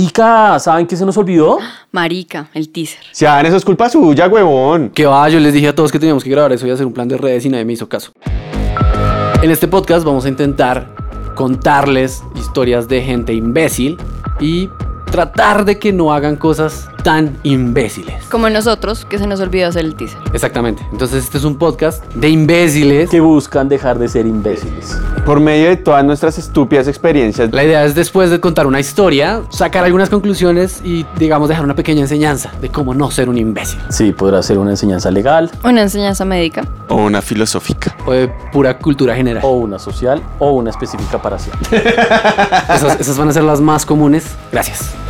Marica, ¿saben qué se nos olvidó? Marica, el teaser. Sean, eso es culpa suya, huevón. Que va, yo les dije a todos que teníamos que grabar eso y hacer un plan de redes y nadie me hizo caso. En este podcast vamos a intentar contarles historias de gente imbécil y tratar de que no hagan cosas tan imbéciles. Como nosotros, que se nos olvidó hacer el teaser. Exactamente. Entonces este es un podcast de imbéciles. Que buscan dejar de ser imbéciles. Por medio de todas nuestras estúpidas experiencias, La idea es después de contar una historia, sacar algunas conclusiones y digamos dejar una pequeña enseñanza de cómo no ser un imbécil. Sí, podrá ser una enseñanza legal Una enseñanza médica. O una filosófica. O de pura cultura general. o una social o una específica para siempre. Esas, esas van a ser las más comunes. Gracias.